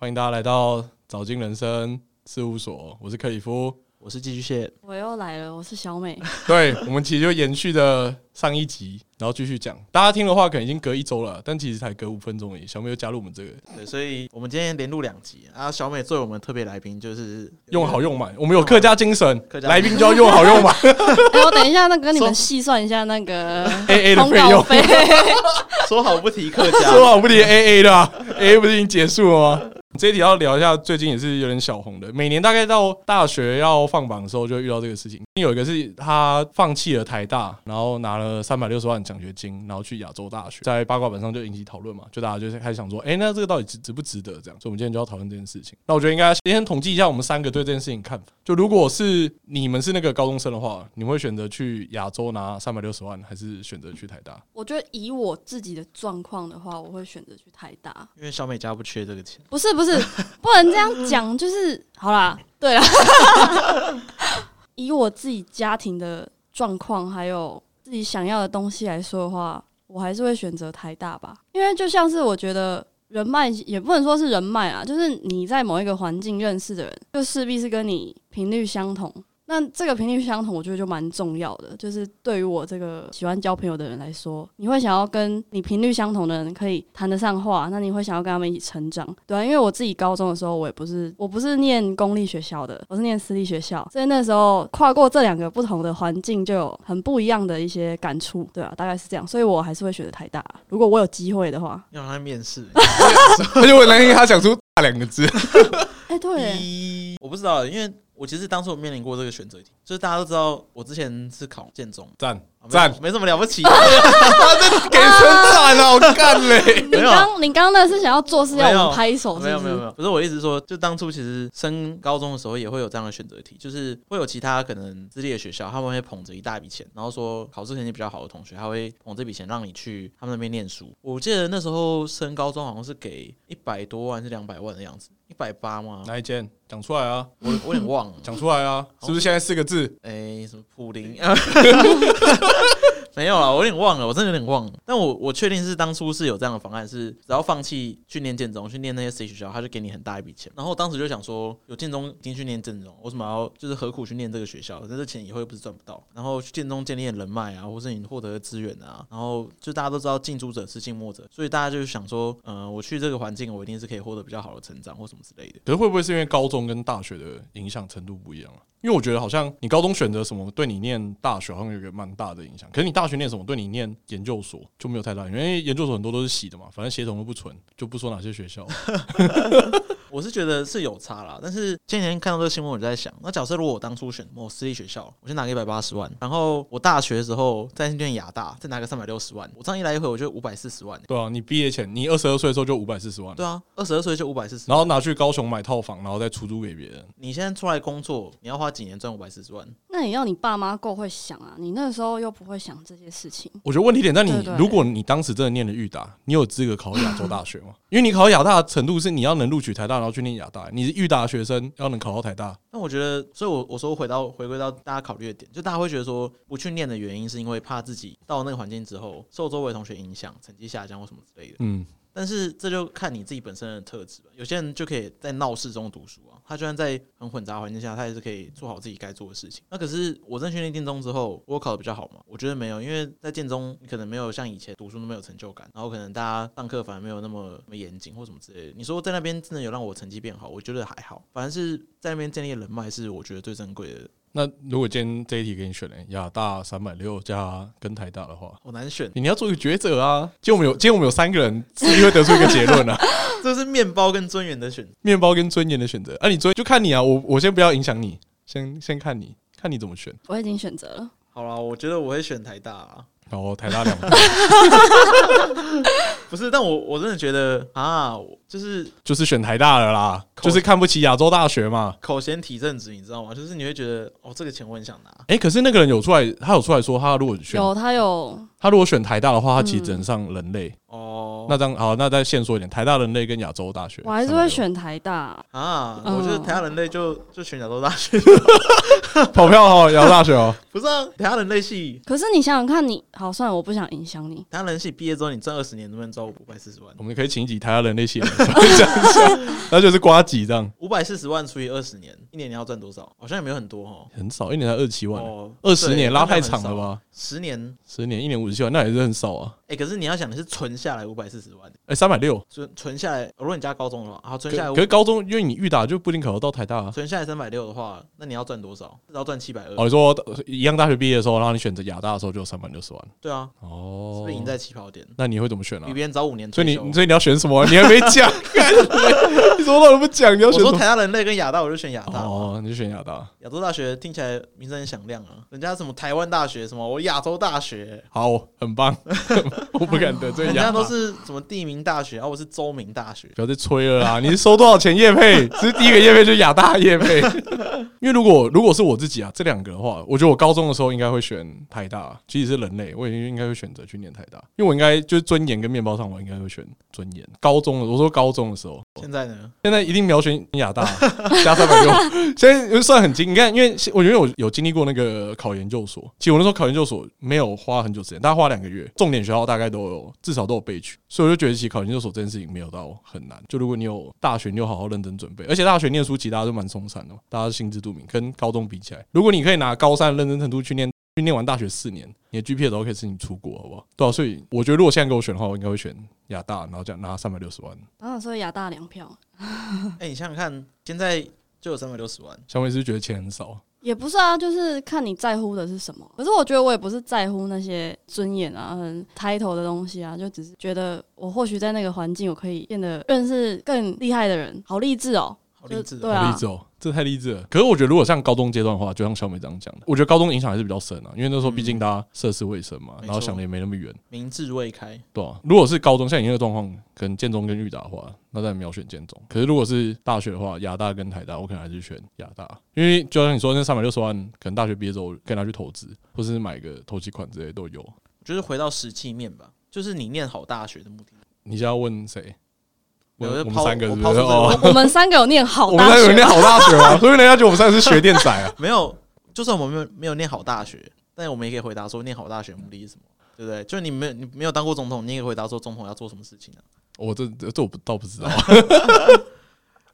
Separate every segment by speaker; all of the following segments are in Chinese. Speaker 1: 欢迎大家来到早金人生事务所，我是克里夫。
Speaker 2: 我是寄居蟹，
Speaker 3: 我又来了，我是小美。
Speaker 1: 对，我们其实就延续的上一集，然后继续讲。大家听的话可能已经隔一周了，但其实才隔五分钟而已。小妹又加入我们这个，
Speaker 2: 对，所以我们今天连录两集啊。小美作为我们特别来宾，就是
Speaker 1: 用好用满，我们有客家精神，
Speaker 2: 客家精神
Speaker 1: 来宾就要用好用 满。
Speaker 3: 哎，我等一下，那个你们细算一下那个
Speaker 1: AA 的
Speaker 3: 通
Speaker 1: 费用
Speaker 3: 告费。
Speaker 2: 说好不提 客
Speaker 1: 说
Speaker 2: 家，
Speaker 1: 好不提 A A 的、啊、，A A 不是已经结束了吗？这一题要聊一下，最近也是有点小红的。每年大概到大学要放榜的时候，就会遇到这个事情。有一个是他放弃了台大，然后拿了三百六十万奖学金，然后去亚洲大学，在八卦版上就引起讨论嘛，就大家就是开始想说，哎、那这个到底值值不值得？这样，所以我们今天就要讨论这件事情。那我觉得应该先统计一下我们三个对这件事情看法。就如果是你们是那个高中生的话，你们会选择去亚洲拿三百六十万，还是选择去台大？
Speaker 3: 我觉得以我自己的状况的话，我会选择去台大。
Speaker 2: 因为小美家不缺这个钱。
Speaker 3: 不是不是， 不能这样讲，就是好啦，对啦。 以我自己家庭的状况，还有自己想要的东西来说的话，我还是会选择台大吧，因为就像是我觉得。人脉也不能说是人脉啊，就是你在某一个环境认识的人，就势必是跟你频率相同。那这个频率相同，我觉得就蛮重要的。就是对于我这个喜欢交朋友的人来说，你会想要跟你频率相同的人可以谈得上话，那你会想要跟他们一起成长，对啊，因为我自己高中的时候，我也不是我不是念公立学校的，我是念私立学校，所以那时候跨过这两个不同的环境，就有很不一样的一些感触，对啊，大概是这样。所以我还是会选择台大，如果我有机会的话。
Speaker 2: 要让她面试，
Speaker 1: 而且我难听他讲出“大”两个字，
Speaker 3: 哎、
Speaker 2: 啊
Speaker 3: 对，
Speaker 2: 咦 我不知道，因为我其实当初有面临过这个选择题，就是大家都知道我之前是考建中，
Speaker 1: 赞
Speaker 2: 啊没
Speaker 1: 赞，
Speaker 2: 没什么了不起，
Speaker 1: 给称赞 啊，我干嘞！
Speaker 3: 你刚你刚那是想要做事要
Speaker 2: 没有
Speaker 3: 我们拍哦手是不是？
Speaker 2: 没有没有没有，不是我一直说，就当初其实升高中的时候也会有这样的选择题，就是会有其他可能私立的学校，他们会捧着一大笔钱，然后说考试成绩比较好的同学，他会捧这笔钱让你去他们那边念书。我记得那时候升高中好像是给一百多万还是两百万的样子，一百八吗？
Speaker 1: 哪一间？讲出来啊，
Speaker 2: 我我有点忘了，
Speaker 1: 讲出来啊！是不是现在四个字？
Speaker 2: 哎、什么普林啊？没有 啦，我有点忘了，我真的有点忘了。但我我确定是当初是有这样的方案，是只要放弃去念建中，去念那些私立学校，他就给你很大一笔钱。然后我当时就想说，有建中已经去念建中，为什么要就是何苦去念这个学校？那这钱以后又不是赚不到。然后去建中建立人脉啊，或是你获得的资源啊，然后就大家都知道近朱者赤，近墨者，所以大家就是想说，嗯、我去这个环境，我一定是可以获得比较好的成长或什么之类的。
Speaker 1: 可是会不会是因为高中跟大学的影响程度不一样啊？因为我觉得好像你高中选择什么，对你念大学好像有一个蛮大的影响。可是你大学念什么，对你念研究所就没有太大影响，因为研究所很多都是洗的嘛，反正协同都不纯，就不说哪些学校。
Speaker 2: 我是觉得是有差啦，但是今天看到这个新闻，我就在想，那假设如果我当初选某私立学校，我先拿个一百八十万，然后我大学的时候再去念亚大，再拿个三百六十万，我这样一来一回，我就五百四十万、欸。
Speaker 1: 对啊，你毕业前，你二十二岁的时候就五百四十万，
Speaker 2: 对啊，二十二岁就五百四十。
Speaker 1: 然后拿去高雄买套房，然后再出租给别人。
Speaker 2: 你现在出来工作，你要花几年赚五百四十万？
Speaker 3: 那你要你爸妈够会想啊，你那时候又不会想这些事情。
Speaker 1: 我觉得问题点在你
Speaker 3: 对对，
Speaker 1: 如果你当时真的念了育达，你有资格考亚洲大学吗？ 因为你考亚大的程度是你要能录取台大，然后去念亚大，你是育达学生，要能考到台大，
Speaker 2: 那我觉得，所以我我说回到回归到大家考虑的点，就大家会觉得说不去念的原因是因为怕自己到那个环境之后受周围同学影响，成绩下降或什么之类的。
Speaker 1: 嗯，
Speaker 2: 但是这就看你自己本身的特质吧。有些人就可以在闹市中读书啊，他就算在很混杂的环境下，他也是可以做好自己该做的事情。那可是我真训练建中之后，我有考的比较好嘛？我觉得没有，因为在建中你可能没有像以前读书那么有成就感，然后可能大家上课反而没有那么那么严谨或什么之类的。你说在那边真的有让我成绩变好，我觉得还好，反而是在那边建立人脉是我觉得最珍贵的。
Speaker 1: 那如果今天这一题给你选了亚大三百六加跟台大的话，
Speaker 2: 好难选，
Speaker 1: 你要做一个抉择啊。今天我们有今天我们有三个人自己会得出一个结论啊，
Speaker 2: 这是面包跟尊严的选择。
Speaker 1: 面包跟尊严的选择。啊，你尊就看你啊，我我先不要影响你，先先看你看你怎么选。
Speaker 3: 我已经选择了，
Speaker 2: 好啦，我觉得我会选台大啊。
Speaker 1: 然后台大两个，
Speaker 2: 不是，但我我真的觉得啊，我就是
Speaker 1: 就是选台大了啦，就是看不起亚洲大学嘛。
Speaker 2: 口嫌体正直，你知道吗？就是你会觉得哦，这个钱我很想拿。
Speaker 1: 哎、可是那个人有出来，他有出来说，他如果选
Speaker 3: 有他有
Speaker 1: 他如果选台大的话，他其实只能上人类。
Speaker 2: 哦，
Speaker 1: 那这样好，那再线索一点，台大人类跟亚洲大学，
Speaker 3: 我还是会选台大，
Speaker 2: 啊，
Speaker 3: 嗯
Speaker 2: 我觉得台大人类就就选亚洲大学，
Speaker 1: 跑票哦，摇大学哦，
Speaker 2: 不是啊，台大人类系，
Speaker 3: 可是你想想看你，好，算了，我不想影响你。
Speaker 2: 台大人类系毕业之后，你赚二十年，能不能赚五百四十万？
Speaker 1: 我们可以请几台湾人类系的人这样子，啊那就是瓜几这样，
Speaker 2: 五百四十万除以二十年，一年你要赚多少？好像也没有很多哦。
Speaker 1: 很少，一年才二十七万，
Speaker 2: 哦，
Speaker 1: 二十年
Speaker 2: 对
Speaker 1: 拉太长了？
Speaker 2: 那很少
Speaker 1: 吧？
Speaker 2: 十年，
Speaker 1: 十年一年五十七万，那也是很少啊。
Speaker 2: 哎、可是你要想的是存下来五百四十万，
Speaker 1: 哎，三百六，
Speaker 2: 存存下来。如果你加高中的话，好，存下
Speaker 1: 可
Speaker 2: 来
Speaker 1: 可是高中因为你预打就不一定考得到台大啊。
Speaker 2: 存下来三百六的话，那你要赚多少？至少赚七百
Speaker 1: 哦，
Speaker 2: 二。
Speaker 1: 你说呃一样大学毕业的时候，然后你选择亚大的时候就有三百六十万
Speaker 2: 对啊，是
Speaker 1: 哦
Speaker 2: 不是赢在起跑点？
Speaker 1: 那你会怎么选啊
Speaker 2: 比？别人早五年
Speaker 1: 所
Speaker 2: 退
Speaker 1: 以
Speaker 2: 休。
Speaker 1: 你所以你要选什么？你还没 讲，干你怎么老不讲？你要
Speaker 2: 我
Speaker 1: 选什
Speaker 2: 说
Speaker 1: 么？
Speaker 2: 台大人类跟亚大，我就选亚大。
Speaker 1: 哦，你就选亚大。
Speaker 2: 亚洲大学听起来名声很响亮啊，人家什么台湾大学，什么我亚洲大学，
Speaker 1: 好，很棒， 我不敢得罪
Speaker 2: 人
Speaker 1: 亚
Speaker 2: 家
Speaker 1: 大
Speaker 2: 都。是什么地名大学，而、我是州名大学。
Speaker 1: 不要再吹了啦！你是收多少钱业配？ 只是第一个业配就是亚大业配。因为如果如果是我自己啊，这两个的话，我觉得我高中的时候应该会选台大，即使是人类，我也应该会选择去念台大，因为我应该就是尊严跟面包上，我应该会选尊严。高中的我说高中的时候，
Speaker 2: 现在呢？
Speaker 1: 现在一定秒选亚大 加三百六，现在算很精。你看，因为我觉得我有经历过那个考研究所，其实我那时候考研究所没有花很久时间，大概花两个月。重点学校大概都有至少都有备取，所以我就觉得其实考研究所这件事情没有到很难。就如果你有大学，你有好好认真准备，而且大学念书其实大家都蛮松散的嘛，大家心知肚明，跟高中比起来，如果你可以拿高三的认真程度去念。去念完大学四年，你的 GPA 都可以是你出国，好不好？对啊，所以我觉得如果现在给我选的话，我应该会选亚大，然后这样拿三百六十万。
Speaker 3: 然啊后所以亚大两票，
Speaker 2: 哎、你想想看，现在就有三百六十万，
Speaker 1: 小美是不是觉得钱很少，
Speaker 3: 也不是啊，就是看你在乎的是什么。可是我觉得我也不是在乎那些尊严啊、很 title 的东西啊，就只是觉得我或许在那个环境，我可以变得认识更厉害的人，好励志哦。
Speaker 2: 好励志、
Speaker 3: 对
Speaker 2: 哦。
Speaker 3: 啊
Speaker 1: 好励志哦，这太励志了。可是我觉得，如果像高中阶段的话，就像小美这样讲的，我觉得高中影响还是比较深啊，因为那时候毕竟大家涉世未深嘛，
Speaker 2: 没错
Speaker 1: 然后想的也没那么远，
Speaker 2: 明智未开，
Speaker 1: 对吧、如果是高中像你那个状况，可能建中跟裕达的话，那再秒选建中。可是如果是大学的话，亚大跟台大，我可能还是选亚大，因为就像你说，那三百六十万，可能大学毕业之后可以拿去投资，或是买个投机款之类都有。
Speaker 2: 就是回到实际面吧，就是你念好大学的目的。
Speaker 1: 你现在问谁？问
Speaker 2: 我就
Speaker 1: 我们
Speaker 2: 抛
Speaker 1: 三个是不
Speaker 2: 我抛
Speaker 1: 是？
Speaker 2: 出这个
Speaker 1: 哦
Speaker 2: 问
Speaker 3: 我们三个有念 好
Speaker 1: 我们
Speaker 3: 大
Speaker 1: 三个
Speaker 3: 学
Speaker 1: 人
Speaker 3: 吗，
Speaker 1: 念好大学啊，所以人家觉得我们三个是学电仔啊。
Speaker 2: 没有，就算我们没有没有念好大学，但我们也可以回答说，念好大学目的是什么，对不对？就你没有你没有当过总统，你也可以回答说，总统要做什么事情啊？
Speaker 1: 我这这这我不倒不知道。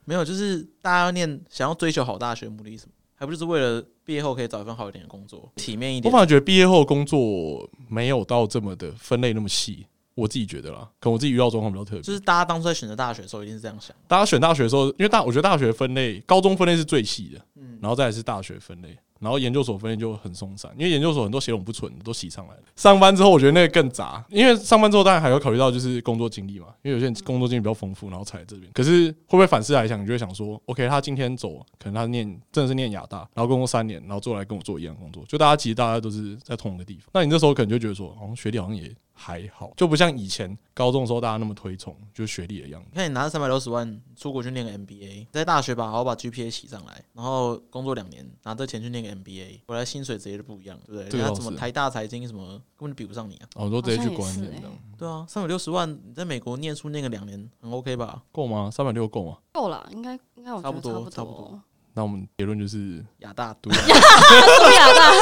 Speaker 2: 没有，就是大家要念想要追求好大学目的是什么，还不就是为了毕业后可以找一份好一点的工作，体面一
Speaker 1: 我
Speaker 2: 点
Speaker 1: 反。而觉得毕业后工作没有到这么的分类那么细，我自己觉得啦，可能我自己遇到状况比较特别。
Speaker 2: 就是大家当初在选择大学的时候，一定是这样想。
Speaker 1: 大家选大学的时候，因为大我觉得大学分类，高中分类是最细的，
Speaker 2: 嗯，
Speaker 1: 然后再来是大学分类，然后研究所分类就很松散，因为研究所很多写拢不纯的都洗上来了。上班之后，我觉得那个更杂，因为上班之后当然还要考虑到就是工作经历嘛，因为有些人工作经历比较丰富，然后才来这边。可是会不会反思来想，你就会想说，OK，他今天走，可能他念真的是念亚大，然后工作三年，然后做来跟我做一样的工作，就大家其实大家都是在同一个地方。那你这时候可能就觉得说，好像学历好像也还好，就不像以前高中的时候大家那么推崇就是学历的样子。
Speaker 2: 你看你拿三百六十万出国去念个 MBA，在大学把好好把 GPA 洗上来，然后工作两年拿这钱去念个 MBA，回来薪水直接就不一样，对不对？
Speaker 1: 这个
Speaker 2: 人
Speaker 1: 倒
Speaker 2: 家什么
Speaker 1: 啊是
Speaker 2: 台大财经什么根本就比不上你啊。
Speaker 1: 哦，都直接去关
Speaker 3: 好像
Speaker 1: 联
Speaker 3: 也是
Speaker 1: 这样
Speaker 3: 欸
Speaker 2: 对啊，三百六十万你在美国念书念个两年很 OK 吧？
Speaker 1: 够吗？三百六够吗？
Speaker 3: 够了，应该应该我觉得
Speaker 2: 差不多
Speaker 3: 差不
Speaker 2: 差不多
Speaker 3: 多。
Speaker 1: 那我们结论就是
Speaker 2: 亚大
Speaker 1: 读
Speaker 3: 都 亚大，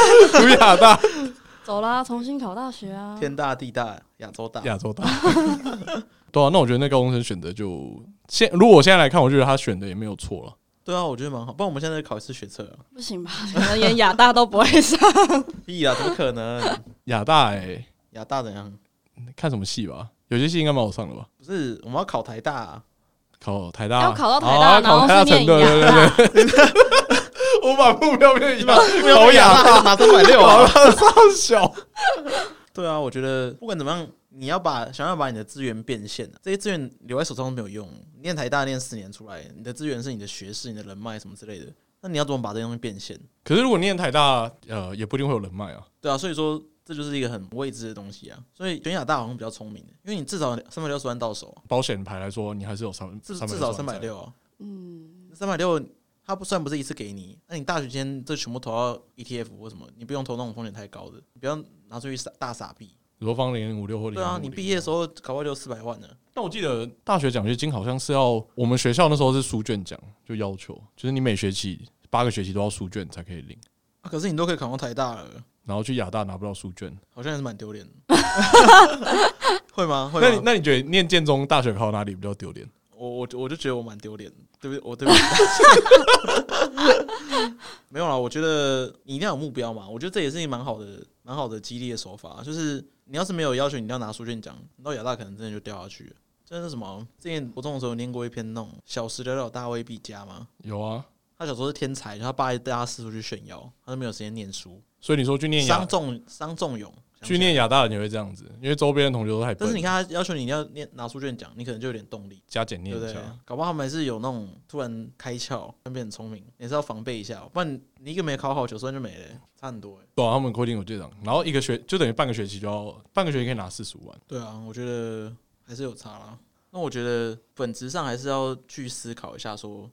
Speaker 1: 读亚大，
Speaker 3: 走啦，重新考大学啊。
Speaker 2: 天大地大亚洲大，
Speaker 1: 亚洲大。 对啊，那我觉得那高中生选择就现，如果我现在来看，我觉得他选的也没有错了。
Speaker 2: 对啊，我觉得蛮好。不然我们现在考一次学测、啊，
Speaker 3: 不行吧？可能连亚大都不会上。
Speaker 2: 屁啦，怎么可能？
Speaker 1: 亚大哎、
Speaker 2: 亚大怎样？
Speaker 1: 看什么戏吧？有些戏应该蛮好上的吧？
Speaker 2: 不是，我们要考台大、啊，
Speaker 1: 考台大，
Speaker 3: 要考到台
Speaker 1: 哦
Speaker 3: 大
Speaker 1: 要考
Speaker 3: 然后
Speaker 1: 台大
Speaker 3: 去
Speaker 1: 成
Speaker 3: 念
Speaker 1: 对对
Speaker 3: 亚
Speaker 1: 对对。 我把目标变
Speaker 2: 你
Speaker 1: 成
Speaker 2: 把
Speaker 1: 考亚大，
Speaker 2: 拿三百六
Speaker 1: 考
Speaker 2: 啊
Speaker 1: 到！上小。
Speaker 2: 对啊，我觉得不管怎么样，你要把想要把你的资源变现、啊，这些资源留在手上都没有用。你念台大念四年出来，你的资源是你的学识、你的人脉什么之类的，那你要怎么把这些东西变现？
Speaker 1: 可是如果念台大，呃，也不一定会有人脉啊。
Speaker 2: 对啊，所以说这就是一个很未知的东西啊。所以选亚大好像比较聪明，因为你至少三百六十万到手啊，
Speaker 1: 保险牌来说，你还是有三
Speaker 2: 至
Speaker 1: 360
Speaker 2: 至少
Speaker 1: 万
Speaker 2: 三百
Speaker 1: 在
Speaker 2: 六啊，
Speaker 3: 嗯，
Speaker 2: 三百六。它不算不是一次给你，那你大学间这全部投到 ETF 或什么，你不用投那种风险太高的，你不要拿出去傻大傻逼。
Speaker 1: 比如说放零五六或零
Speaker 2: 对啊，你毕业的时候搞不好就四百万呢。
Speaker 1: 但我记得大学奖学金好像是要我们学校那时候是书卷奖，就要求就是你每学期八个学期都要书卷才可以领。
Speaker 2: 啊可是你都可以考上台大了，
Speaker 1: 然后去亚大拿不到书卷。
Speaker 2: 好像也是蛮丢脸 的。会吗？会
Speaker 1: 那你
Speaker 2: 吗？
Speaker 1: 那你觉得念建中大学考哪里比较丢脸？
Speaker 2: 我我我就觉得我蛮丢脸的，对不对？我对不起。 没有啦，我觉得你一定要有目标嘛。我觉得这也是一个蛮好的、蛮好的激励的手法。啊就是你要是没有要求，你一定要拿书卷奖，你到亚大可能真的就掉下去了。这是什么？之前国中的时候有念过一篇那种“小时了了，大未必佳”嘛。
Speaker 1: 有啊，他
Speaker 2: 他小时候是天才，他爸带他四处去炫耀，他都没有时间念书。
Speaker 1: 所以你说去念
Speaker 2: 伤
Speaker 1: 亚
Speaker 2: 仲伤仲永，想起
Speaker 1: 去
Speaker 2: 来
Speaker 1: 念亚大的人也会这样子，因为周边的同学都太
Speaker 2: 但是你
Speaker 1: 笨，
Speaker 2: 看他要求你一定要念拿书卷奖，你可能就有点动力。
Speaker 1: 加减念
Speaker 2: 对不
Speaker 1: 一
Speaker 2: 对
Speaker 1: 下。？
Speaker 2: 搞不好他们还是有那种突然开窍，突然变很聪明，也是要防备一下，不然你一个没考好，九十分就没了、差很多、欸。
Speaker 1: 对啊，他们规定有这样，然后一个学就等于半个学期就要半个学期可以拿四十五万。
Speaker 2: 对啊，我觉得还是有差啦。那我觉得本质上还是要去思考一下说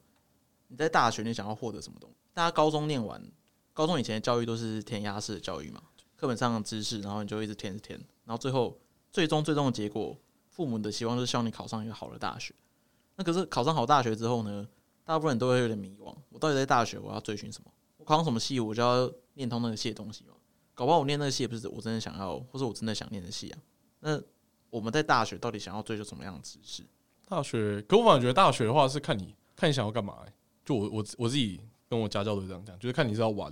Speaker 2: 你在大学你想要获得什么东西。大家高中念完，高中以前的教育都是填鸭式的教育嘛，课本上的知识，然后你就一直填一直填，然后最后最终最终的结果，父母的希望就是希望你考上一个好的大学。那可是考上好大学之后呢，大部分人都会有点迷惘，我到底在大学我要追寻什么？我考上什么系，我就要念通那个系的东西嘛。搞不好我念那个系也不是我真的想要，或是我真的想念的系啊。那我们在大学到底想要追求什么样的知识？
Speaker 1: 大学，可我反而觉得大学的话是看你看你想要干嘛、欸就我我我自己跟我家教都是这样讲，就是看你是要玩，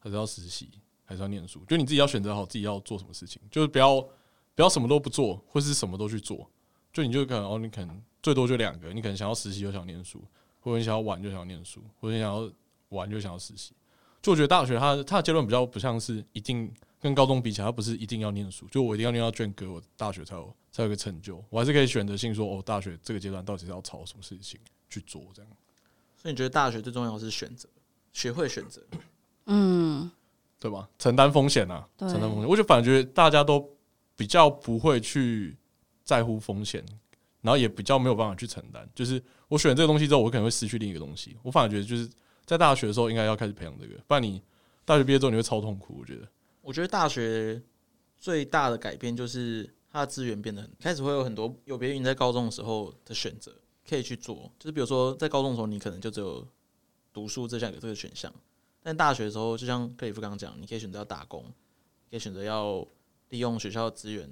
Speaker 1: 还是要实习，还是要念书，就你自己要选择好自己要做什么事情，就是不要不要什么都不做，或是什么都去做。就你就可能哦，你可能最多就两个，你可能想要实习就想念书，或者你想要玩就想要念书，或者你想要玩就想要实习。就我觉得大学它它的结论比较不像是一定跟高中比起来，它不是一定要念书，就我一定要念到卷哥，我大学才有才有个成就，我还是可以选择性说，哦，大学这个阶段到底是要朝什么事情去做这样。
Speaker 2: 所以你觉得大学最重要的是选择，学会选择？
Speaker 3: 嗯，
Speaker 1: 对吧？承担风险啊，
Speaker 3: 对
Speaker 1: 承担风险。我就反而觉得大家都比较不会去在乎风险，然后也比较没有办法去承担。就是我选这个东西之后，我可能会失去另一个东西。我反而觉得就是在大学的时候应该要开始培养这个，不然你大学毕业之后你会超痛苦。我觉得
Speaker 2: 我觉得大学最大的改变就是它的资源变得很，开始会有很多有别于你在高中的时候的选择可以去做。就是比如说在高中的时候，你可能就只有读书这项这个选项，但大学的时候，就像克里夫刚刚讲，你可以选择要打工，可以选择要利用学校的资源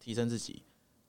Speaker 2: 提升自己，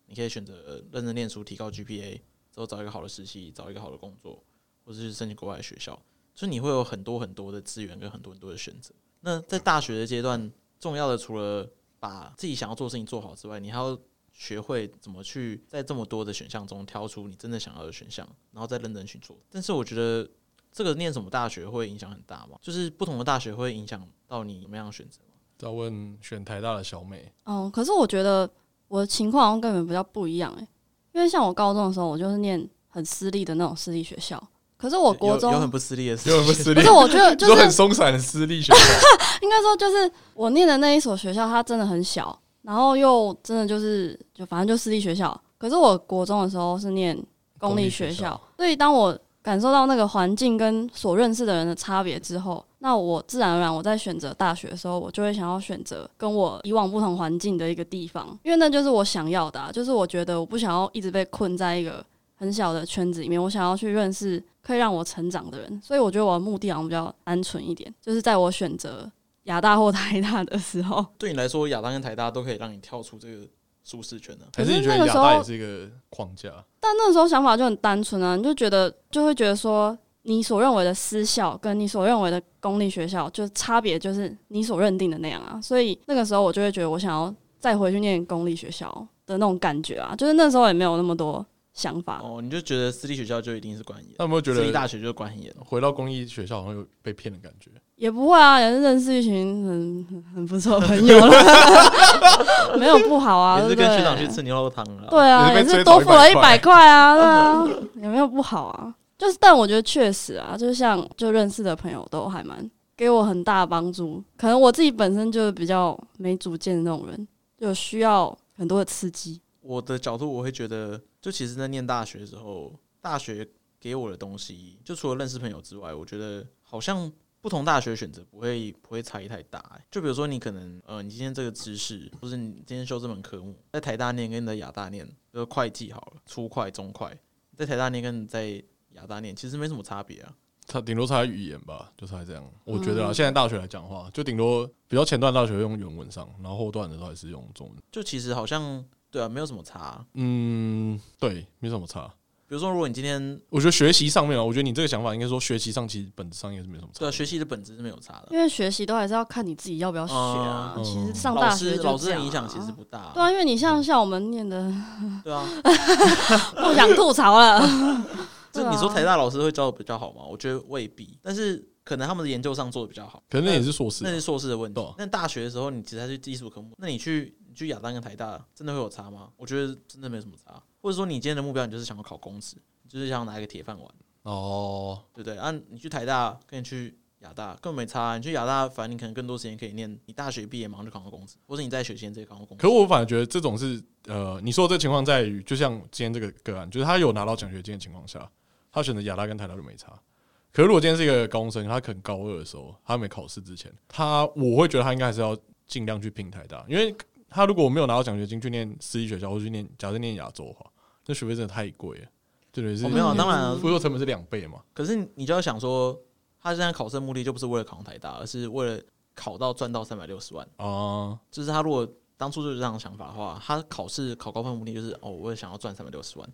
Speaker 2: 你可以选择呃认真念书，提高 GPA，之后找一个好的实习，找一个好的工作，或者是申请国外的学校。就是你会有很多很多的资源跟很多很多的选择。那在大学的阶段，重要的除了把自己想要做的事情做好之外，你还要学会怎么去在这么多的选项中挑出你真的想要的选项，然后再认真去做。但是我觉得这个念什么大学会影响很大嘛，就是不同的大学会影响到你怎么样的选择。
Speaker 1: 要问选台大的小美，
Speaker 3: 哦，可是我觉得我的情况好像跟你们比较不一样哎、因为像我高中的时候，我就是念很私立的那种私立学校，可是我哦国
Speaker 2: 有
Speaker 3: 中
Speaker 2: 有很不私立的事
Speaker 1: 因为我们
Speaker 2: 情，
Speaker 1: 私
Speaker 3: 可
Speaker 1: 立
Speaker 3: 是，我觉得
Speaker 1: 就
Speaker 3: 就是
Speaker 1: 很松散的私立学校，
Speaker 3: 应该说就是我念的那一所学校，它真的很小，然后又真的就是就反正就私立学校。可是我国中的时候是念公立学
Speaker 1: 公立学
Speaker 3: 校
Speaker 1: 校，
Speaker 3: 所以当我感受到那个环境跟所认识的人的差别之后，那我自然而然我在选择大学的时候，我就会想要选择跟我以往不同环境的一个地方，因为那就是我想要的、啊，就是我觉得我不想要一直被困在一个很小的圈子里面，我想要去认识可以让我成长的人，所以我觉得我的目的好像比较单纯一点，就是在我选择亚大或台大的时候，
Speaker 2: 对你来说，亚当跟台大都可以让你跳出这个舒适圈的、
Speaker 1: 还是你觉
Speaker 3: 可是
Speaker 1: 得
Speaker 3: 那个
Speaker 1: 亚
Speaker 3: 时候
Speaker 1: 大也是一个框架？
Speaker 3: 但那时候想法就很单纯啊，你就觉得就会觉得说，你所认为的私校跟你所认为的公立学校，就差别就是你所认定的那样啊。所以那个时候我就会觉得，我想要再回去念公立学校的那种感觉啊，就是那时候也没有那么多想法。
Speaker 2: 哦，你就觉得私立学校就一定是管很严，
Speaker 1: 那有没有觉
Speaker 2: 私立
Speaker 1: 得
Speaker 2: 大学就是管很严。
Speaker 1: 回到公立学校好像有被骗的感觉？
Speaker 3: 也不会啊，也是认识一群很很很不错的朋友 了， 没有不好啊，
Speaker 2: 也是
Speaker 3: 对
Speaker 2: 跟
Speaker 3: 不对
Speaker 2: 学长去吃牛肉汤啊。
Speaker 3: 对啊，
Speaker 1: 也是被
Speaker 3: 也
Speaker 1: 催
Speaker 3: 是
Speaker 1: 讨
Speaker 3: 多
Speaker 1: 100
Speaker 3: 付了一
Speaker 1: 块
Speaker 3: 百块 啊，对啊，也没有不好啊。就是，但我觉得确实啊，就像就认识的朋友都还蛮给我很大的帮助。可能我自己本身就是比较没主见的那种人，就需要很多的刺激。
Speaker 2: 我的角度，我会觉得，就其实，在念大学的时候，大学给我的东西，就除了认识朋友之外，我觉得好像不同大学选择不会不会差异太大、欸就比如说，你可能呃，你今天这个知识，或是你今天修这门科目，在台大念呃跟你在亚大念，比如说会计好了，初会、中会，在台大念跟在亚大念其实没什么差别啊。
Speaker 1: 差顶多差语言吧，就差这样。我觉得啊，现在大学来讲话，就顶多比较前段大学用原文上，然后后段的都还是用中文。
Speaker 2: 就其实好像对啊，没有什么差。
Speaker 1: 嗯，对，没什么差。
Speaker 2: 比如说，如果你今天
Speaker 1: 我觉得学习上面啊，我觉得你这个想法应该说学习上其实本质上应该是没什么
Speaker 2: 对、
Speaker 1: 差
Speaker 2: 啊、。学习的本质是没有差的，
Speaker 3: 因为学习都还是要看你自己要不要学啊。
Speaker 1: 嗯
Speaker 3: 其实上
Speaker 2: 老
Speaker 3: 大学
Speaker 2: 师
Speaker 3: 就
Speaker 2: 哦老师
Speaker 3: 这
Speaker 2: 的
Speaker 3: 样啊
Speaker 2: 影响其实不大。
Speaker 3: 对啊，因为你像像我们念的，
Speaker 2: 对啊，
Speaker 3: 不想吐槽了。 对
Speaker 2: 就
Speaker 3: 啊
Speaker 2: 你说台大老师会教的比较好吗？我觉得未必，但是可能他们的研究上做的比较好。
Speaker 1: 可能那也是硕士
Speaker 2: 那
Speaker 1: 啊，
Speaker 2: 是硕士的问
Speaker 1: 对啊
Speaker 2: 题。那大学的时候，你其实还是技术科目，那你去你去亚大跟台大，真的会有差吗？我觉得真的没什么差。或者说，你今天的目标，你就是想要考公职，你就是想要拿一个铁饭碗，
Speaker 1: 哦，
Speaker 2: 对不对？啊，你去台大跟你去亚大根本没差啊、你去亚大，反正你可能更多时间可以念，你大学毕业马上就考上公职，或者你在学期间直接考上公职。
Speaker 1: 可我反而觉得这种是呃，你说的这情况在于，就像今天这个个案，就是他有拿到奖学金的情况下，他选择亚大跟台大就没差。可是如果今天是一个高中生，他可能高二的时候，他没考试之前，他我会觉得他应该还是要尽量去拼台大，因为他如果没有拿到奖学金去念私立学校，或去念假设念亚洲的话，那学费真的太贵了，对对是
Speaker 2: 我、没有啊，
Speaker 3: 嗯
Speaker 2: 当然、啊，
Speaker 1: 付出成本是两倍嘛。
Speaker 2: 可是你就要想说，他现在考试的目的就不是为了考上台大，而是为了考到赚到三百六十万。
Speaker 1: 啊、
Speaker 2: 就是他如果当初就是这样的想法的话，他考试考高分的目的就是哦，我也想要赚三百六十万，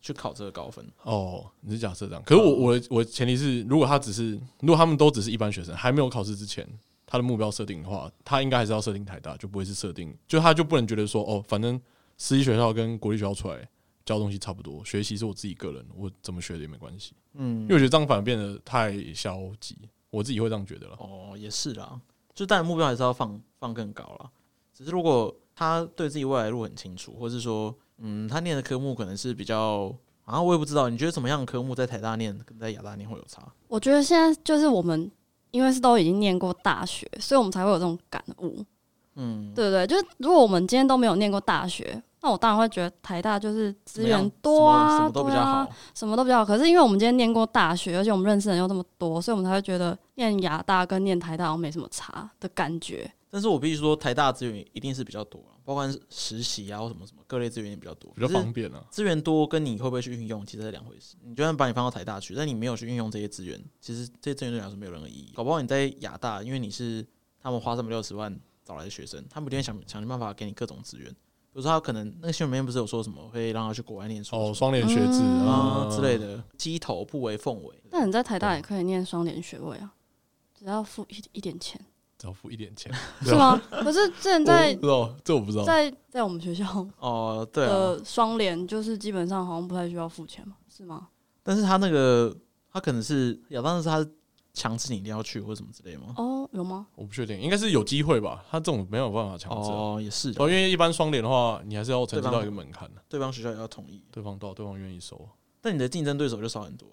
Speaker 2: 去考这个高分。
Speaker 1: 哦，你是假设这样，可是我
Speaker 2: 嗯
Speaker 1: 我的我的前提是，如果他只是如果他们都只是一般学生，还没有考试之前，他的目标设定的话，他应该还是要设定台大，就不会是设定，就他就不能觉得说哦，反正私立学校跟国立学校出来教的东西差不多，学习是我自己个人，我怎么学的也没关系，
Speaker 2: 嗯
Speaker 1: 因为，我觉得这样反而变得太消极，我自己会这样觉得了。
Speaker 2: 哦，也是啦，就当然目标还是要放放更高啦。只是如果他对自己未来的路很清楚，或是说，嗯，他念的科目可能是比较。啊，我也不知道，你觉得什么样的科目在台大念跟在亚大念会有差？
Speaker 3: 我觉得现在就是我们，因为是都已经念过大学，所以我们才会有这种感悟，
Speaker 2: 嗯，
Speaker 3: 对不对？就是如果我们今天都没有念过大学，那我当然会觉得台大就是
Speaker 2: 怎
Speaker 3: 资
Speaker 2: 么样
Speaker 3: 源多啊，
Speaker 2: 什么什么都比较
Speaker 3: 对啊
Speaker 2: 好，，
Speaker 3: 什么都比较好。可是因为我们今天念过大学，而且我们认识的人又这么多，所以我们才会觉得念亚大跟念台大好像没什么差的感觉。
Speaker 2: 但是我必须说，台大资源一定是比较多啊，包括是实习啊或什么什么各类资源也比较多，
Speaker 1: 比较
Speaker 2: 可是
Speaker 1: 方便啊，
Speaker 2: 资源多跟你会不会去运用，其实是两回事。你就算把你放到台大去，但你没有去运用这些资源，其实这些资源对你来说没有任何意义。搞不好你在亚大，因为你是他们花三百六十万找来的学生，他们一定会想想尽办法给你各种资源。比如说，他可能那个新闻里面不是有说什么会让他去国外念书
Speaker 1: 哦，双联学制
Speaker 3: 嗯
Speaker 1: 啊
Speaker 2: 啊之类。的，鸡头不为凤尾。
Speaker 1: 嗯
Speaker 3: 但你在台大也可以念双联学位啊，只要付一一点钱，
Speaker 1: 只要付一点钱，
Speaker 2: 啊
Speaker 3: 是吗？可是之前
Speaker 1: 我
Speaker 3: 在
Speaker 1: 不知道，这我不知道。
Speaker 3: 在在我们学校
Speaker 2: 哦，对啊，
Speaker 3: 的双联，就是基本上好像不太需要付钱嘛，是吗？
Speaker 2: 但是他那个他可能是亚当是他强制你一定要去或者什么之类吗？
Speaker 3: 哦，有吗？
Speaker 1: 我不确定，应该是有机会吧。他这种没有办法强制啊、
Speaker 2: 哦，也是啊，
Speaker 1: 哦，因为一般双联的话，你还是要成绩到一个门槛的，
Speaker 2: 对方学校也要同意，
Speaker 1: 对方到对方愿意收，
Speaker 2: 但你的竞争对手就少很多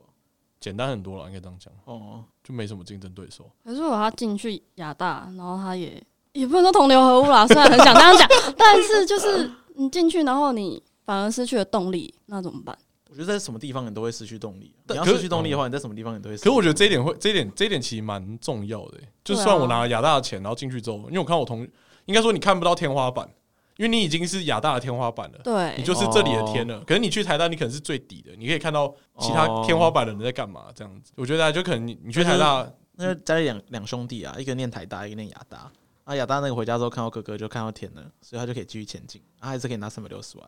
Speaker 1: 简单很多了，应该这样讲，
Speaker 2: 哦。
Speaker 1: 就没什么竞争对手。
Speaker 3: 可是我要进去亚大，然后他也也不能说同流合污啦，虽然很想这样讲， 但是就是你进去，然后你反而失去了动力，那怎么办？
Speaker 2: 我觉得在什么地方你都会失去动力。啊
Speaker 1: 但
Speaker 2: 你要
Speaker 1: 可是
Speaker 2: 失去动力的话，你在什么地方你都会失
Speaker 1: 可
Speaker 2: 去动力。
Speaker 1: 我觉得这一点会，这一点这一点其实蛮重要的欸、就算我拿了亚大的钱，然后进去之后，因为我看我同，应该说你看不到天花板，因为你已经是亚大的天花板了。你
Speaker 3: 对，
Speaker 1: 就是这里的天了，可是你去台大，你可能是最底的，你可以看到其他天花板的人在干嘛，这样子。我觉得啊就可能你你去台大，
Speaker 2: 那家里两两兄弟啊，一个念台大，一个念亚大。啊，亚大那个回家之后看到哥哥就看到天了，所以他就可以继续前进，啊他还是可以拿三百六十万。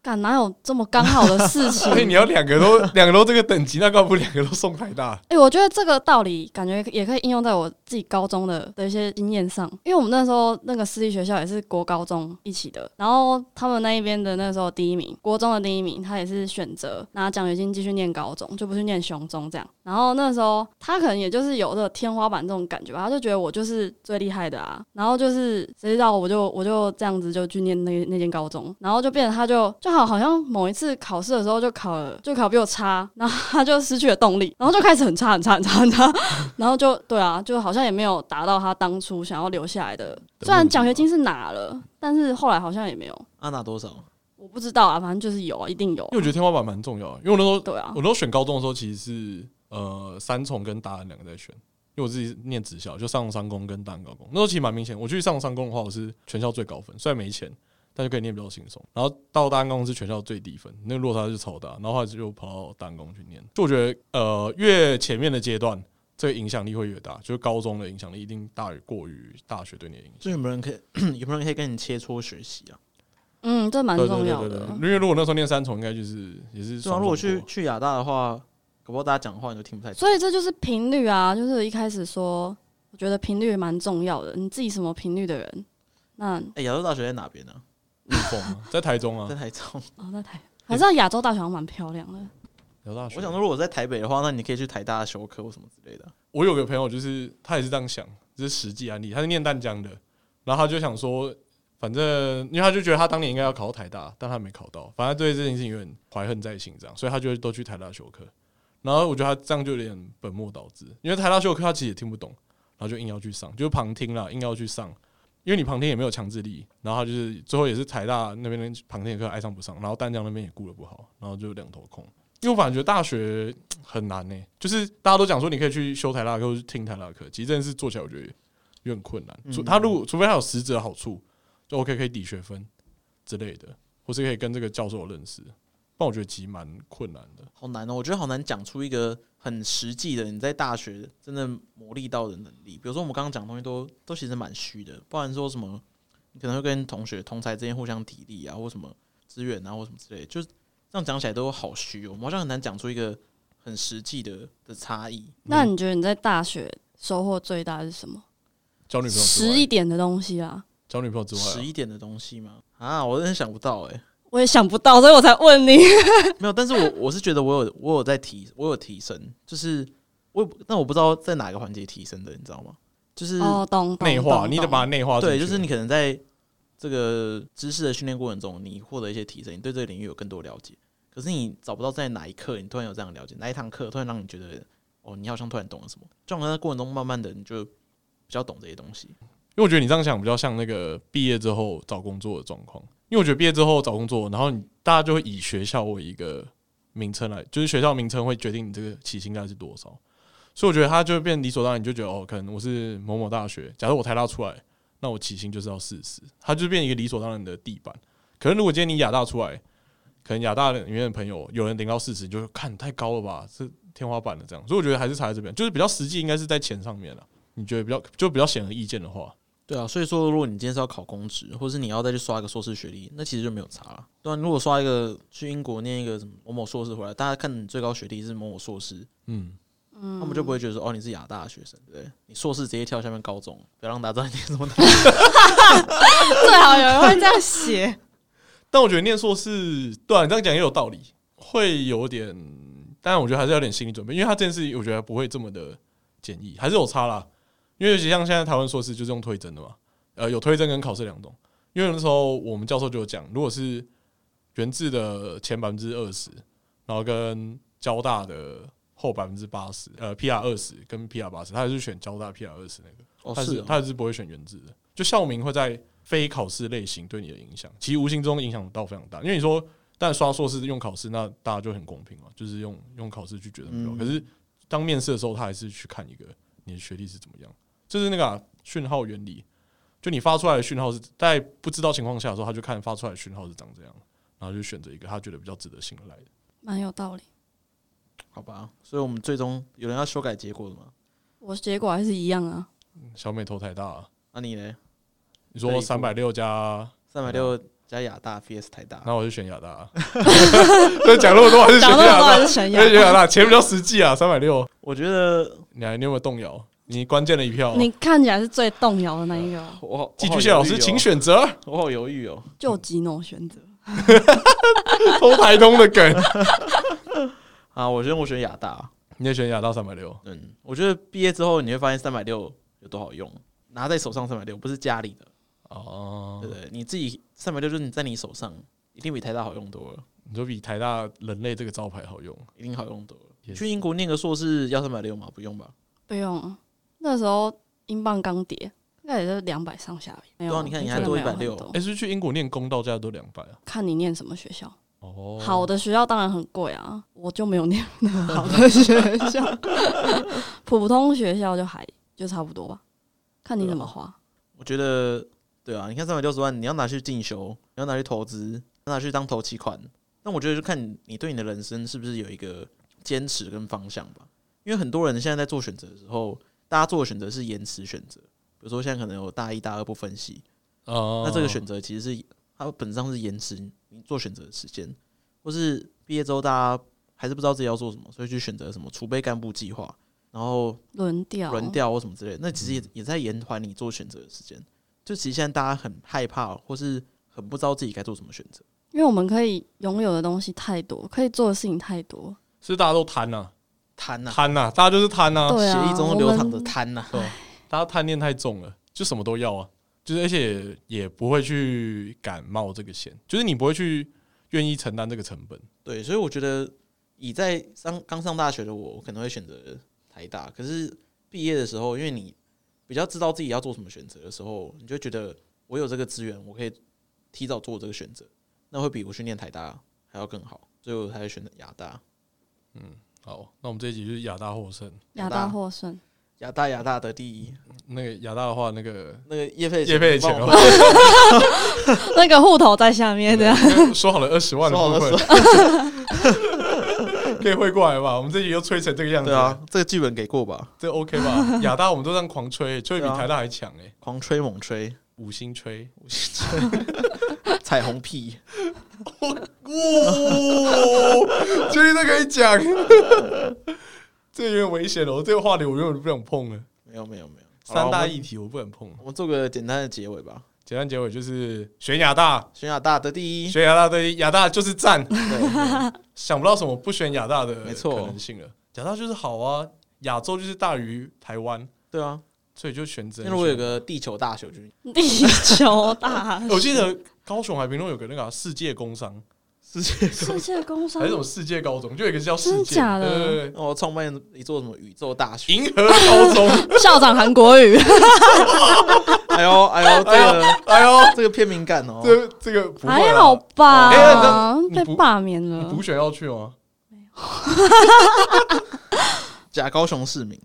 Speaker 3: 敢哪有这么刚好的事情？
Speaker 1: 哎所以你要两个都两个都这个等级，那干嘛不两个都送台大？
Speaker 3: 哎、我觉得这个道理感觉也可以应用在我自己高中的的一些经验上，因为我们那时候那个私立学校也是国高中一起的，然后他们那一边的那时候第一名，国中的第一名，他也是选择拿奖学金继续念高中，就不去念雄中这样。然后那时候他可能也就是有这个天花板这种感觉吧，他就觉得我就是最厉害的啊，然后就是谁知道我就我就这样子就去念那那间高中，然后就变得他就就好好像某一次考试的时候就考了就考比我差，然后他就失去了动力，然后就开始很差很差很差很差， 然后就对啊，就好像也没有达到他当初想要留下来的。虽然奖学金是拿了，但是后来好像也没有，
Speaker 2: 啊，拿多少？
Speaker 3: 我不知道啊，反正就是有啊，一定有
Speaker 1: 因为。我觉得天花板蛮重要的，因为我那时候
Speaker 3: 对啊
Speaker 1: 我，那时候选高中的时候，其实是呃三重跟大安两个在选，因为我自己念职校，就上山工跟大安高工。那时候其实蛮明显，我去上山工的话，我是全校最高分，虽然没钱，但就可以念比较轻松。然后到大安公是全校最低分，那个落差就超大。然后后来就跑到大安公去念，就我觉得呃，越前面的阶段，这个影响力会越大，就是高中的影响力一定大于过于大学对你的影响。
Speaker 2: 就有没有人可以 有没有人可以跟你切磋学习啊？
Speaker 3: 嗯，这蛮
Speaker 1: 对
Speaker 3: 重
Speaker 1: 对
Speaker 3: 要
Speaker 1: 对对
Speaker 3: 的
Speaker 1: 对，。因为如果那时候念三重，应该就是也是
Speaker 2: 对
Speaker 1: 爽爽
Speaker 2: 啊，
Speaker 1: 过。
Speaker 2: 如果去去亚大的话，搞不好大家讲话你都听不太懂。
Speaker 3: 所以这就是频率啊，就是一开始说，我觉得频率蛮重要的。你自己什么频率的人，那
Speaker 2: 哎，亚洲大学在哪边呢？
Speaker 1: 陆丰啊在台中
Speaker 2: 在
Speaker 1: 啊，
Speaker 2: 台中。
Speaker 3: 哦，那台还是亚洲大学好像蛮漂亮
Speaker 1: 嗯
Speaker 3: 的。
Speaker 1: 有大学。
Speaker 2: 我想说，如果在台北的话，那你可以去台大修课或什么之类的。
Speaker 1: 我有个朋友，就是他也是这样想，这是实际案啊例。他是念淡江的，然后他就想说，反正因为他就觉得他当年应该要考到台大，但他没考到，反正对这件事情有点怀恨在心，这样，所以他就都去台大修课。然后我觉得他这样就有点本末倒置，因为台大修课他其实也听不懂，然后就硬要去上，就是旁听啦，硬要去上，因为你旁听也没有强制力。然后他就是最后也是台大那边的旁听的课爱上不上，然后淡江那边也顾得不好，然后就两头空。因为我反正觉得大学很难呢、就是大家都讲说你可以去修台大课或是听台大课，其实这件事做起来我觉得有点困难。除、他如果除非他有实质的好处，就 OK 可以抵学分之类的，或是可以跟这个教授有认识，但我觉得其实蛮困难的。
Speaker 2: 好难哦，我觉得好难讲出一个很实际的你在大学真的磨砺到的能力。比如说我们刚刚讲的东西都都其实蛮虚的，不然说什么你可能会跟同学同才之间互相砥砺啊，或什么资源啊，或什么之类的，就是这样讲起来都好虚哦。我们好像很难讲出一个很实际的的差异。
Speaker 3: 那你觉得你在大学收获最大的是什么？
Speaker 1: 交女朋友之
Speaker 3: 实
Speaker 1: 外
Speaker 3: 一，点的东西啊，
Speaker 1: 交女朋友之外啊、
Speaker 2: 十一点的东西吗？啊，我真的想不到哎、
Speaker 3: 我也想不到，所以我才问你。
Speaker 2: 没有，但是我我是觉得我有我有在提，我有提升，就是我也不但我不知道在哪个环节提升的，你知道吗？就是
Speaker 3: 哦，懂懂
Speaker 1: 内化，
Speaker 3: 懂
Speaker 1: 你得
Speaker 3: 懂
Speaker 1: 把它内化进去。
Speaker 2: 对，就是你可能在这个知识的训练过程中，你获得一些提升，你对这个领域有更多了解。可是你找不到在哪一刻，你突然有这样的了解，哪一堂课突然让你觉得，哦，你好像突然懂了什么。就好像在过程中，慢慢的你就比较懂这些东西。
Speaker 1: 因为我觉得你这样想比较像那个毕业之后找工作的状况。因为我觉得毕业之后找工作，然后你大家就会以学校为一个名称来，就是学校名称会决定你这个起薪大概是多少。所以我觉得它就会变理所当然，你就觉得哦，可能我是某某大学，假设我台大出来，那我起薪就是要四十，它就变一个理所当然的地板。可是如果今天你亚大出来，可能亚大里面的朋友有人领到四十，你就看太高了吧，是天花板了这样。所以我觉得还是差在这边，就是比较实际，应该是在钱上面了。你觉得比较就比较显而易见的话，
Speaker 2: 对啊，所以说，如果你今天是要考公职，或是你要再去刷一个硕士学历，那其实就没有差了。对、啊，如果刷一个去英国念一个什么某某硕士回来，大家看你最高学历是某某硕士，
Speaker 1: 嗯，
Speaker 2: 他们就不会觉得说哦你是亚大的学生，对不对？你硕士直接跳下面高中，不要让大家知道你念什么大学。
Speaker 3: 最好啊有人会这样写。
Speaker 1: 但我觉得念硕士，对啊，你这样讲也有道理，会有点，但我觉得还是要有点心理准备，因为他这件事情我觉得不会这么的简易，还是有差啦。因为尤其像现在台湾硕士就是用推甄的嘛，呃，有推甄跟考试两种。因为那时候我们教授就有讲，如果是原制的前百分之二十，然后跟交大的后百分之八十，呃，PR 二十跟 PR 八十，他还是选交大 PR 二十那个。
Speaker 2: 哦，
Speaker 1: 他
Speaker 2: 是
Speaker 1: 是
Speaker 2: 哦
Speaker 1: 他还是不会选原制的。就校名会在非考试类型对你的影响，其实无形中影响到非常大。因为你说，但刷硕士用考试，那大家就很公平嘛，就是用用考试去决定目标。可是当面试的时候，他还是去看一个你的学历是怎么样，就是那个啊讯、号原理。就你发出来的讯号是在不知道情况下的时候，他就看发出来的讯号是长这样，然后就选择一个他觉得比较值得信赖的。
Speaker 3: 蛮有道理。
Speaker 2: 好吧，所以我们最终有人要修改结果的吗？
Speaker 3: 我结果还是一样啊，
Speaker 1: 小美头太大、啊，
Speaker 2: 那、你呢？
Speaker 1: 你
Speaker 2: 对
Speaker 1: 说
Speaker 2: 一
Speaker 1: 三百六加，
Speaker 2: 三百六加亚大 VS 台大，
Speaker 1: 那我就选亚大、啊。 对，讲那么多还是选
Speaker 3: 讲
Speaker 1: 亚
Speaker 2: 啊
Speaker 3: 那么多
Speaker 1: 大
Speaker 3: 还。是 神
Speaker 1: 可以觉
Speaker 3: 呀。
Speaker 1: 得啦，钱比较实际啊，三百六，
Speaker 2: 我觉得
Speaker 1: 你还你有没有动摇？你关键的一票，
Speaker 3: 你看起来是最动摇的那一个哦，
Speaker 2: 我好
Speaker 1: 寄居蟹老师请，选择
Speaker 2: 我好犹豫哦。
Speaker 3: 就几种选择。
Speaker 1: 偷台东的梗，
Speaker 2: 啊，我觉得我选亚大，
Speaker 1: 你也选亚到三百六，
Speaker 2: 嗯，我觉得毕业之后你会发现三百六有多好用，拿在手上三百六不是家里的，
Speaker 1: 哦
Speaker 2: 对，不对？你自己三百六就是你在你手上，一定比台大好用多了，
Speaker 1: 你说比台大人类这个招牌好用，
Speaker 2: 一定好用多了。
Speaker 1: 也
Speaker 2: 去英国念个硕士要三百六吗？不用吧？
Speaker 3: 不用，啊那时候英镑刚跌，应该也是两百上下而已。没有
Speaker 2: 对啊你看你还
Speaker 3: 真的
Speaker 2: 多
Speaker 3: 没有
Speaker 2: 160
Speaker 3: 很多
Speaker 1: 哎，是不是去英国念公道价都两百啊？
Speaker 3: 看你念什么学校。
Speaker 1: 哦，
Speaker 3: 好，的学校当然很贵啊，我就没有 念那么好的学校，普通学校就还就差不多吧，看你怎么花。
Speaker 2: 啊我觉得对啊，你看三百六十万，你要拿去进修，要拿去投资，要拿去当投期款。那我觉得就看你你对你的人生是不是有一个坚持跟方向吧。因为很多人现在在做选择的时候，大家做的选择是延迟选择，比如说现在可能有大一、大二不分析，
Speaker 1: 哦
Speaker 2: 那这个选择其实是它本质上是延迟你做选择的时间，或是毕业之后大家还是不知道自己要做什么，所以去选择什么储备干部计划，然后
Speaker 3: 轮调，嗯
Speaker 2: 轮调或什么之类的，那其实也也在延缓你做选择的时间。就其实现在大家很害怕，或是很不知道自己该做什么选择。
Speaker 3: 因为我们可以拥有的东西太多，可以做的事情太多。
Speaker 1: 是大家都贪呐，
Speaker 2: 贪呐、
Speaker 1: 贪呐，大家就是贪呐，
Speaker 3: 对啊，
Speaker 2: 协议中
Speaker 3: 我
Speaker 2: 流
Speaker 3: 们啊
Speaker 2: 淌着贪啊呐、
Speaker 1: 大家贪念太重了，就什么都要啊，就是而且也不会去敢冒这个险，就是你不会去愿意承担这个成本。
Speaker 2: 对，所以我觉得，以在上刚上大学的我，我可能会选择台大。可是毕业的时候，因为你比较知道自己要做什么选择的时候，你就会觉得我有这个资源，我可以提早做这个选择，那会比我去念台大还要更好。所以我才会选择亚大，
Speaker 1: 好，那我们这一集就是亚大获胜。
Speaker 3: 亚大获胜，
Speaker 2: 亚大亚大的第一。
Speaker 1: 那个亚大的话，那个
Speaker 2: 那个叶费
Speaker 1: 叶费钱
Speaker 2: 帮
Speaker 1: 的
Speaker 2: 我
Speaker 1: 话，
Speaker 3: 那个户头在下面啊的。
Speaker 1: 说好了二十万的
Speaker 2: 说好
Speaker 1: 部
Speaker 2: 了
Speaker 1: 分，可以汇过来吧？我们这集又吹成这个样子，
Speaker 2: 对啊，这个剧本给过吧？
Speaker 1: 这 OK 吧？亚大我们都这样狂吹，吹得
Speaker 2: 对
Speaker 1: 比
Speaker 2: 啊
Speaker 1: 台大还强哎，
Speaker 2: 狂吹猛吹，
Speaker 1: 五星吹，
Speaker 2: 彩虹屁，
Speaker 1: 哦，确定这可以讲？ 这有点危险了，我这个话题我永远不想碰了。
Speaker 2: 没有没有没有，
Speaker 1: 三
Speaker 2: 好
Speaker 1: 大
Speaker 2: 啦
Speaker 1: 议题我不能碰
Speaker 2: 我。们我们做个简单的结尾吧。
Speaker 1: 简单结尾就是选亚大，
Speaker 2: 选亚大得第一，
Speaker 1: 选亚大对亚大就是赞，
Speaker 2: 对，
Speaker 1: 想不到什么不选亚大的
Speaker 2: 没错
Speaker 1: 可能性了。亚大就是好啊，亚洲就是大于台湾，
Speaker 2: 对啊。
Speaker 1: 所以就选择。
Speaker 2: 那如果有个地球大学，就是
Speaker 3: 地球大
Speaker 1: ，我记得高雄还评论有个那个啊、世界工商
Speaker 2: 世界，
Speaker 3: 世界工商
Speaker 1: 还是什么世界高中，就有一个叫世界，
Speaker 3: 真的假的
Speaker 1: 对对对
Speaker 2: 那我哦创办一座什么宇宙大学？
Speaker 1: 银河高 中，
Speaker 3: 校长韩国语，
Speaker 2: 哎呦哎呦，这个
Speaker 1: 哎呦，
Speaker 2: 这个偏敏感哦。
Speaker 1: 这这个不会啊
Speaker 3: 还好
Speaker 1: 哎那
Speaker 3: 吧
Speaker 1: 你？
Speaker 3: 被
Speaker 1: 不
Speaker 3: 罢免
Speaker 1: 你
Speaker 3: 了
Speaker 1: 补，选要去哦吗？
Speaker 2: 假高雄市民，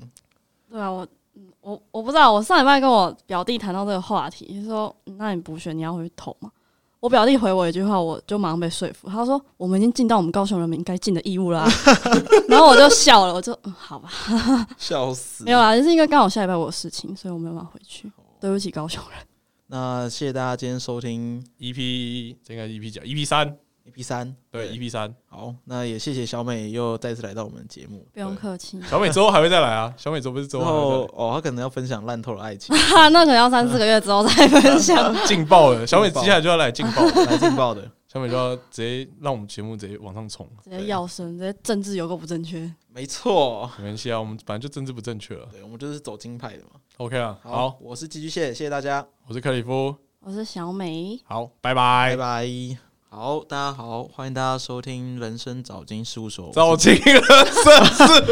Speaker 3: 对啊，我嗯我我不知道，我上礼拜跟我表弟谈到这个话题，就说嗯那你补选你要回去投吗？我表弟回我一句话，我就马上被说服。他说：“我们已经尽到我们高雄人民该尽的义 务啦、然后我就笑了，我就嗯，好吧，
Speaker 2: 笑死
Speaker 3: 没。有啦，就是因为刚好下礼拜我有事情，所以我没有办法回去。对不起，高雄人。
Speaker 2: 那谢谢大家今天收听
Speaker 1: EP E 这个 EP 讲 EP 啊？E 三，
Speaker 2: EP 三，
Speaker 1: 对 EP 三，
Speaker 2: 好，那也谢谢小美又再次来到我们的节目。
Speaker 3: 不用客气，
Speaker 1: 小美之后还会再来啊， 小美之后不是之
Speaker 2: 之
Speaker 1: 后还会再
Speaker 2: 后
Speaker 1: 来
Speaker 2: 哦，她可能要分享烂透了爱 情。
Speaker 3: 哈，那可能要三四个月之后再分享。
Speaker 1: 劲爆了，小美接下来就要来劲爆了，
Speaker 2: 来劲爆的，
Speaker 1: 小美就要直接让我们节目直接往上冲，
Speaker 3: 直接要声，直接政治有个不正确。
Speaker 2: 没错。
Speaker 1: 没关系啊，我们本来就政治不正确了
Speaker 2: 对，我们就是走金派的嘛。
Speaker 1: ，OK 啊，好，
Speaker 2: 我是寄居蟹，谢谢大家，
Speaker 1: 我是克里夫，
Speaker 3: 我是小美，
Speaker 1: 好，拜拜
Speaker 2: 拜，拜。好，大家好，欢迎大家收听人生找金事务所。
Speaker 1: 赵金了，真是。